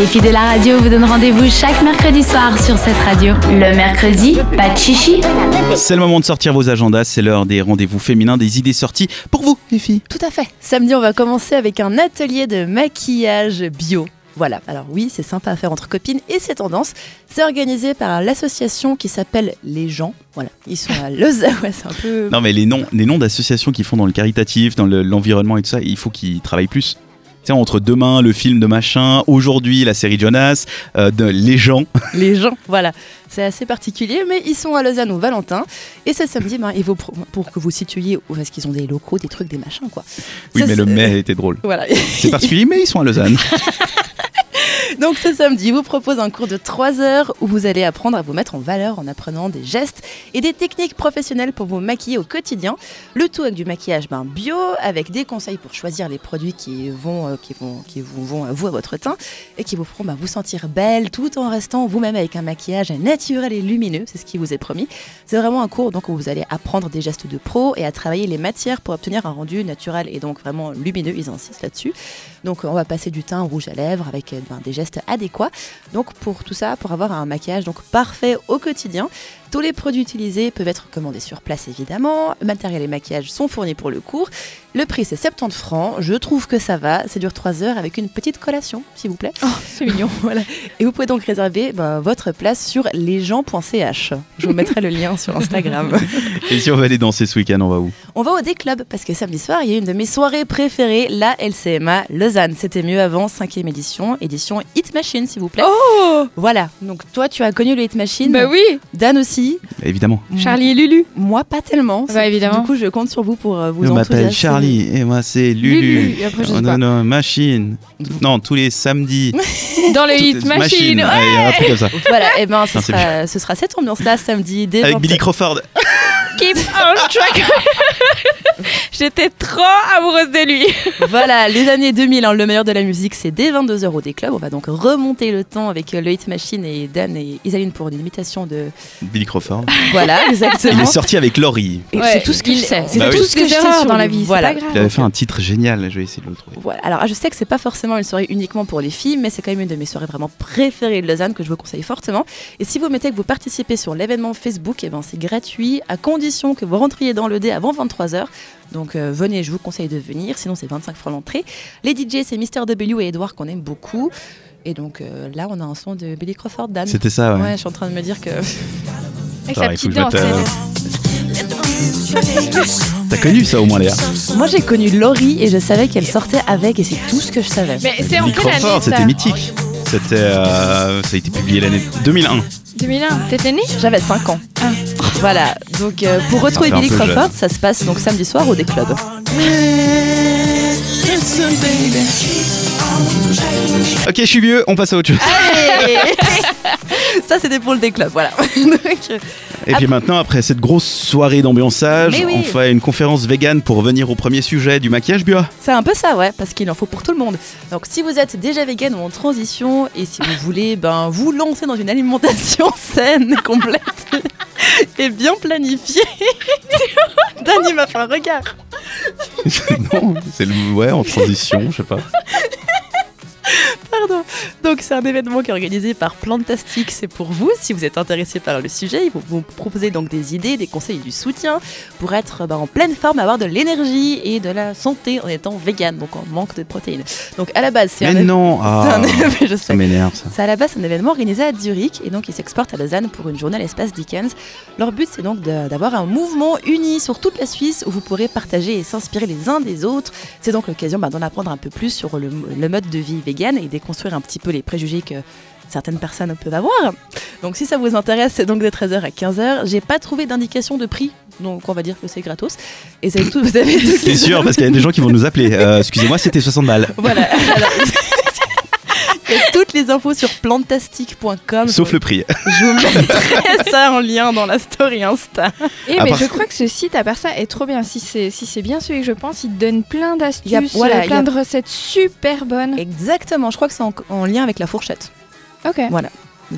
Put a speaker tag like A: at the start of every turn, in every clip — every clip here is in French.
A: Les filles de la radio vous donnent rendez-vous chaque mercredi soir sur cette radio. Le mercredi, pas de chichi.
B: C'est le moment de sortir vos agendas, c'est l'heure des rendez-vous féminins, des idées sorties pour vous, les filles.
C: Tout à fait. Samedi, on va commencer avec un atelier de maquillage bio. Voilà, alors oui, c'est sympa à faire entre copines et c'est tendance. C'est organisé par l'association qui s'appelle Les gens. Voilà, ils sont à Lausanne, ouais, c'est un peu...
B: Non, mais les noms, les noms d'associations qui font dans le caritatif, dans le- l'environnement et tout ça, il faut qu'ils travaillent plus. Tu sais, entre demain, le film de machin, aujourd'hui, la série Jonas, euh, de Les gens.
C: les gens, voilà. C'est assez particulier, mais ils sont à Lausanne au Valentin. Et ce samedi, ben, il faut pro- pour que vous situiez, où est-ce qu'ils ont des locaux, des trucs, des machins, quoi.
B: Oui,
C: Ça,
B: mais le
C: c'est-
B: mai était drôle.
C: Voilà.
B: C'est particulier, mais ils sont à Lausanne.
C: Donc ce samedi, il vous propose un cours de 3 heures où vous allez apprendre à vous mettre en valeur en apprenant des gestes et des techniques professionnelles pour vous maquiller au quotidien. Le tout avec du maquillage ben, bio, avec des conseils pour choisir les produits qui vont, euh, qui vont, qui vous vont à vous, à votre teint, et qui vous feront ben, vous sentir belle tout en restant vous-même avec un maquillage naturel et lumineux, c'est ce qui vous est promis. C'est vraiment un cours donc, où vous allez apprendre des gestes de pro et à travailler les matières pour obtenir un rendu naturel et donc vraiment lumineux, ils insistent là-dessus. Donc euh, on va passer du teint au rouge à lèvres avec euh, ben, des gestes adéquats. Donc pour tout ça, pour avoir un maquillage donc parfait au quotidien, tous les produits utilisés peuvent être commandés sur place évidemment. Matériel et maquillage sont fournis pour le cours. Le prix c'est 70 francs. Je trouve que ça va. Ça dure 3 heures avec une petite collation, s'il vous plaît. Oh, c'est mignon. voilà. Et vous pouvez donc réserver ben, votre place sur lesgens.ch. Je vous mettrai le lien sur Instagram.
B: Et si on va aller danser ce week-end, on va où
C: On va au D-Club parce que samedi soir, il y a une de mes soirées préférées, la LCMA Lausanne. C'était mieux avant, cinquième édition, édition Hit Machine, s'il vous plaît.
D: Oh
C: Voilà, donc toi, tu as connu le Hit Machine.
D: Bah oui
C: Dan aussi.
B: Évidemment.
D: Charlie et Lulu
C: Moi, pas tellement.
D: Bah évidemment.
C: Du coup, je compte sur vous pour euh, vous
B: Je m'appelle
C: enthousiasmer.
B: Charlie et moi c'est Lulu.
D: Et après, je sais
B: non,
D: pas.
B: non, machine. Non, tous les samedis.
D: Dans le
B: Tout-
D: hit machine,
B: Ouais, il y a un truc comme ça.
C: Voilà, et ben ce
B: Putain, c'est
C: sera, ce sera cette ambiance-là samedi dès
B: Avec
C: 20
B: Billy Crawford.
D: Oh, Keep on track J'étais trop amoureuse de lui
C: Voilà, les années 2000, hein, le meilleur de la musique, c'est dès 22h au D-Club. On va donc remonter le temps avec euh, le Hit Machine et Dan et Isaline pour une imitation de.
B: Billy Crawford.
C: Voilà, exactement.
B: Il est sorti avec Laurie.
C: Et
D: Ouais,
C: c'est tout ce que
D: il-
C: je sais.
D: C'est
B: Bah oui.
D: tout ce que
C: je
D: j'ai
C: sais
D: erreur
C: sur
D: dans la
C: lui.
D: vie,
C: Voilà.
D: c'est pas
B: Il
D: grave.
B: avait fait un titre génial, je vais essayer de le trouver.
C: Voilà. Alors, ah, je sais que c'est pas forcément une soirée uniquement pour les filles, mais c'est quand même une de mes soirées vraiment préférées de Lausanne que je vous conseille fortement. Et si vous mettez que vous participez sur l'événement Facebook, et ben c'est gratuit à condition que vous rentriez dans le dé avant 23h. Donc euh, venez, je vous conseille de venir, sinon c'est 25 francs l'entrée. Les DJ, c'est Mister W et Edouard qu'on aime beaucoup. Et donc euh, là, on a un son de Billy Crawford, Dan.
B: C'était ça, ouais.
C: je suis en train de me dire que.
D: Avec
B: Attends,
D: la
B: il faut
D: petite
B: que je mette,
D: danse.
B: euh, T'as connu ça au moins, Léa
C: Moi, j'ai connu Laurie et je savais qu'elle sortait avec, et c'est tout ce que je savais.
D: Mais c'est en
B: Billy
D: quelle année
B: Crawford,
D: ça
B: c'était mythique. C'était, euh, ça a été publié l'année 2001.
D: 2001, t'étais née
C: J'avais 5 ans. Voilà, donc euh, pour retrouver
B: Ça fait un
C: Billy
B: peu
C: Crawford, ça se passe donc samedi soir au des clubs.
B: Ok, je suis vieux, on passe à autre chose.
C: ça c'était pour le des clubs, voilà. Donc, euh,
B: Et puis maintenant, après cette grosse soirée d'ambiançage,
C: Mais oui.
B: on fait une conférence vegan pour revenir au premier sujet du maquillage bio.
C: c'est un peu ça, ouais, parce qu'il en faut pour tout le monde. Donc si vous êtes déjà vegan ou en transition et si vous voulez ben, vous lancer dans une alimentation saine, complète et bien planifiée, Dan il m'a fait un regard.
B: non, c'est le ouais en transition, je sais pas.
C: Pardon. Donc c'est un événement qui est organisé par Plantastic, c'est pour vous. Si vous êtes intéressé par le sujet, ils vont vous proposer donc des idées, des conseils, du soutien pour être bah, en pleine forme, avoir de l'énergie et de la santé en étant vegan, donc en manque de protéines. Donc à la base c'est un,
B: Mais
C: év-
B: non,
C: c'est
B: ah,
C: un év- je sais.
B: ça m'énerve ça.
C: C'est à la base un événement organisé à Zurich et donc ils s'exportent à Lausanne pour une journée à l'espace Dickens. Leur but c'est donc de- d'avoir un mouvement uni sur toute la Suisse où vous pourrez partager et s'inspirer les uns des autres. C'est donc l'occasion bah, d'en apprendre un peu plus sur le, le mode de vie vegan et déconstruire un petit peu les préjugés que certaines personnes peuvent avoir. Donc si ça vous intéresse, c'est donc de 13h à 15h. J'ai pas trouvé d'indication de prix, donc on va dire que c'est gratos. Et c'est tout, vous avez tout.
B: C'est sûr, parce qu'il y a des gens qui vont nous appeler. Euh, Excusez-moi, c'était 60 balles.
C: Voilà. Alors, il y a toutes les infos sur plantastic.com.
B: Sauf le prix.
C: Je vous mettrai ça en lien dans la story Insta.
D: Eh
B: À
D: mais
B: part-
D: je crois que ce site à part ça est trop bien. Si c'est si c'est bien celui que je pense, il donne plein
C: Y a-
D: d'astuces,
C: voilà,
D: euh, plein
C: y a-
D: de recettes super bonnes.
C: Exactement, je crois que c'est en, en lien avec la fourchette.
D: Ok.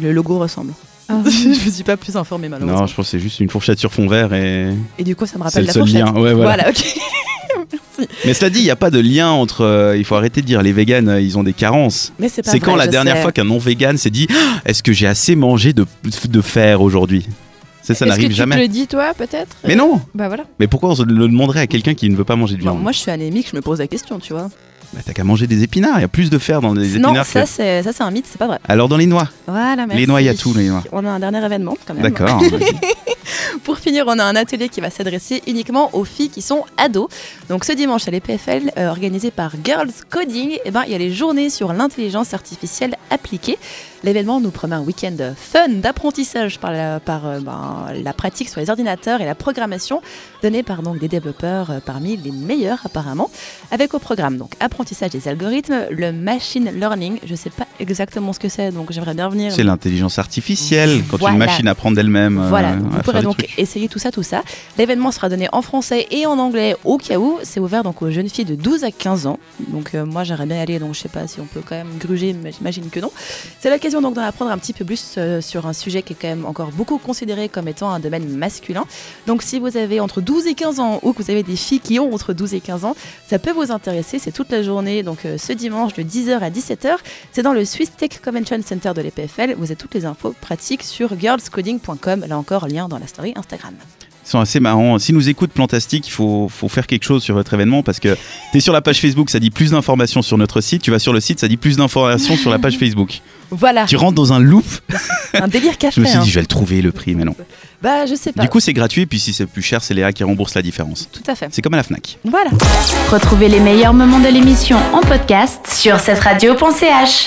C: Le logo ressemble.
D: Ah.
C: je ne suis pas plus informée malheureusement.
B: Non, je pense que c'est juste une fourchette sur fond vert et
C: Et du coup, ça me
B: c'est
C: rappelle
B: le
C: la
B: seul
C: fourchette.
B: lien. Ouais, voilà.
C: Voilà, ok. merci.
B: Mais cela dit, il n'y a pas de lien entre. euh, il faut arrêter de dire les véganes, euh, ils ont des carences.
C: Mais c'est pas
B: C'est
C: vrai,
B: quand la
C: je
B: dernière
C: sais.
B: fois qu'un non-végan s'est dit Ah, Est-ce que j'ai assez mangé de, de fer aujourd'hui Ça, ça
D: Est-ce que
B: n'arrive
D: tu
B: jamais.
D: te le dis toi peut-être
B: Mais non
D: Bah voilà.
B: Mais pourquoi on se le demanderait à quelqu'un qui ne veut pas manger de
C: Genre,
B: viande
C: moi, je suis anémique, je me pose la question, tu vois.
B: Bah, T'as qu'à manger des épinards, il y a plus de fer dans les
C: non,
B: épinards
C: ça
B: que.
C: c'est ça c'est un mythe, c'est pas vrai.
B: Alors dans les noix
C: Voilà, merci.
B: Les noix, il y a tout, les noix.
C: On a un dernier événement quand même.
B: D'accord.
C: Pour finir, on a un atelier qui va s'adresser uniquement aux filles qui sont ados. Donc ce dimanche à l'EPFL, euh, organisé par Girls Coding, eh ben, il y a les journées sur l'intelligence artificielle appliquée. L'événement nous promet un week-end fun d'apprentissage par, la, par, euh, ben, la pratique sur les ordinateurs et la programmation donnée par donc, des développeurs euh, parmi les meilleurs apparemment. Avec au programme donc apprentissage des algorithmes, le machine learning. Je ne sais pas exactement ce que c'est, donc j'aimerais bien venir.
B: C'est l'intelligence artificielle, quand
C: Voilà.
B: une machine apprend d'elle-même. euh,
C: Voilà,
B: à
C: donc vous
B: faire
C: pourrez
B: des
C: donc
B: trucs.
C: essayer tout ça, tout ça. L'événement sera donné en français et en anglais au cas où. C'est ouvert donc aux jeunes filles de 12 à 15 ans. Donc euh, moi j'aimerais bien y aller, donc je sais pas si on peut quand même gruger, mais j'imagine que non. C'est l'occasion donc d'en apprendre un petit peu plus euh, sur un sujet qui est quand même encore beaucoup considéré comme étant un domaine masculin. Donc si vous avez entre 12 et 15 ans ou que vous avez des filles qui ont entre 12 et 15 ans, ça peut vous intéresser. C'est toute la journée, donc euh, ce dimanche de 10h à 17h. C'est dans le Swiss Tech Convention Center de l'EPFL. Vous avez toutes les infos pratiques sur girlscoding.com. Là encore, lien dans la story Instagram.
B: Ils sont assez marrants. Si nous écoute Plantastique, il faut, faut faire quelque chose sur votre événement parce que tu es sur la page Facebook, ça dit plus d'informations sur notre site. Tu vas sur le site, ça dit plus d'informations sur la page Facebook.
C: Voilà,
B: Tu rentres dans un loop.
C: un délire caché.
B: Je me suis
C: hein.
B: dit, je vais le trouver le prix, mais non.
C: Bah, je sais pas.
B: Du coup, c'est gratuit. Et puis si c'est plus cher, c'est Léa qui rembourse la différence.
C: tout à fait.
B: C'est comme à la Fnac.
C: Voilà.
A: Retrouvez les meilleurs moments de l'émission en podcast sur cette radio.ch.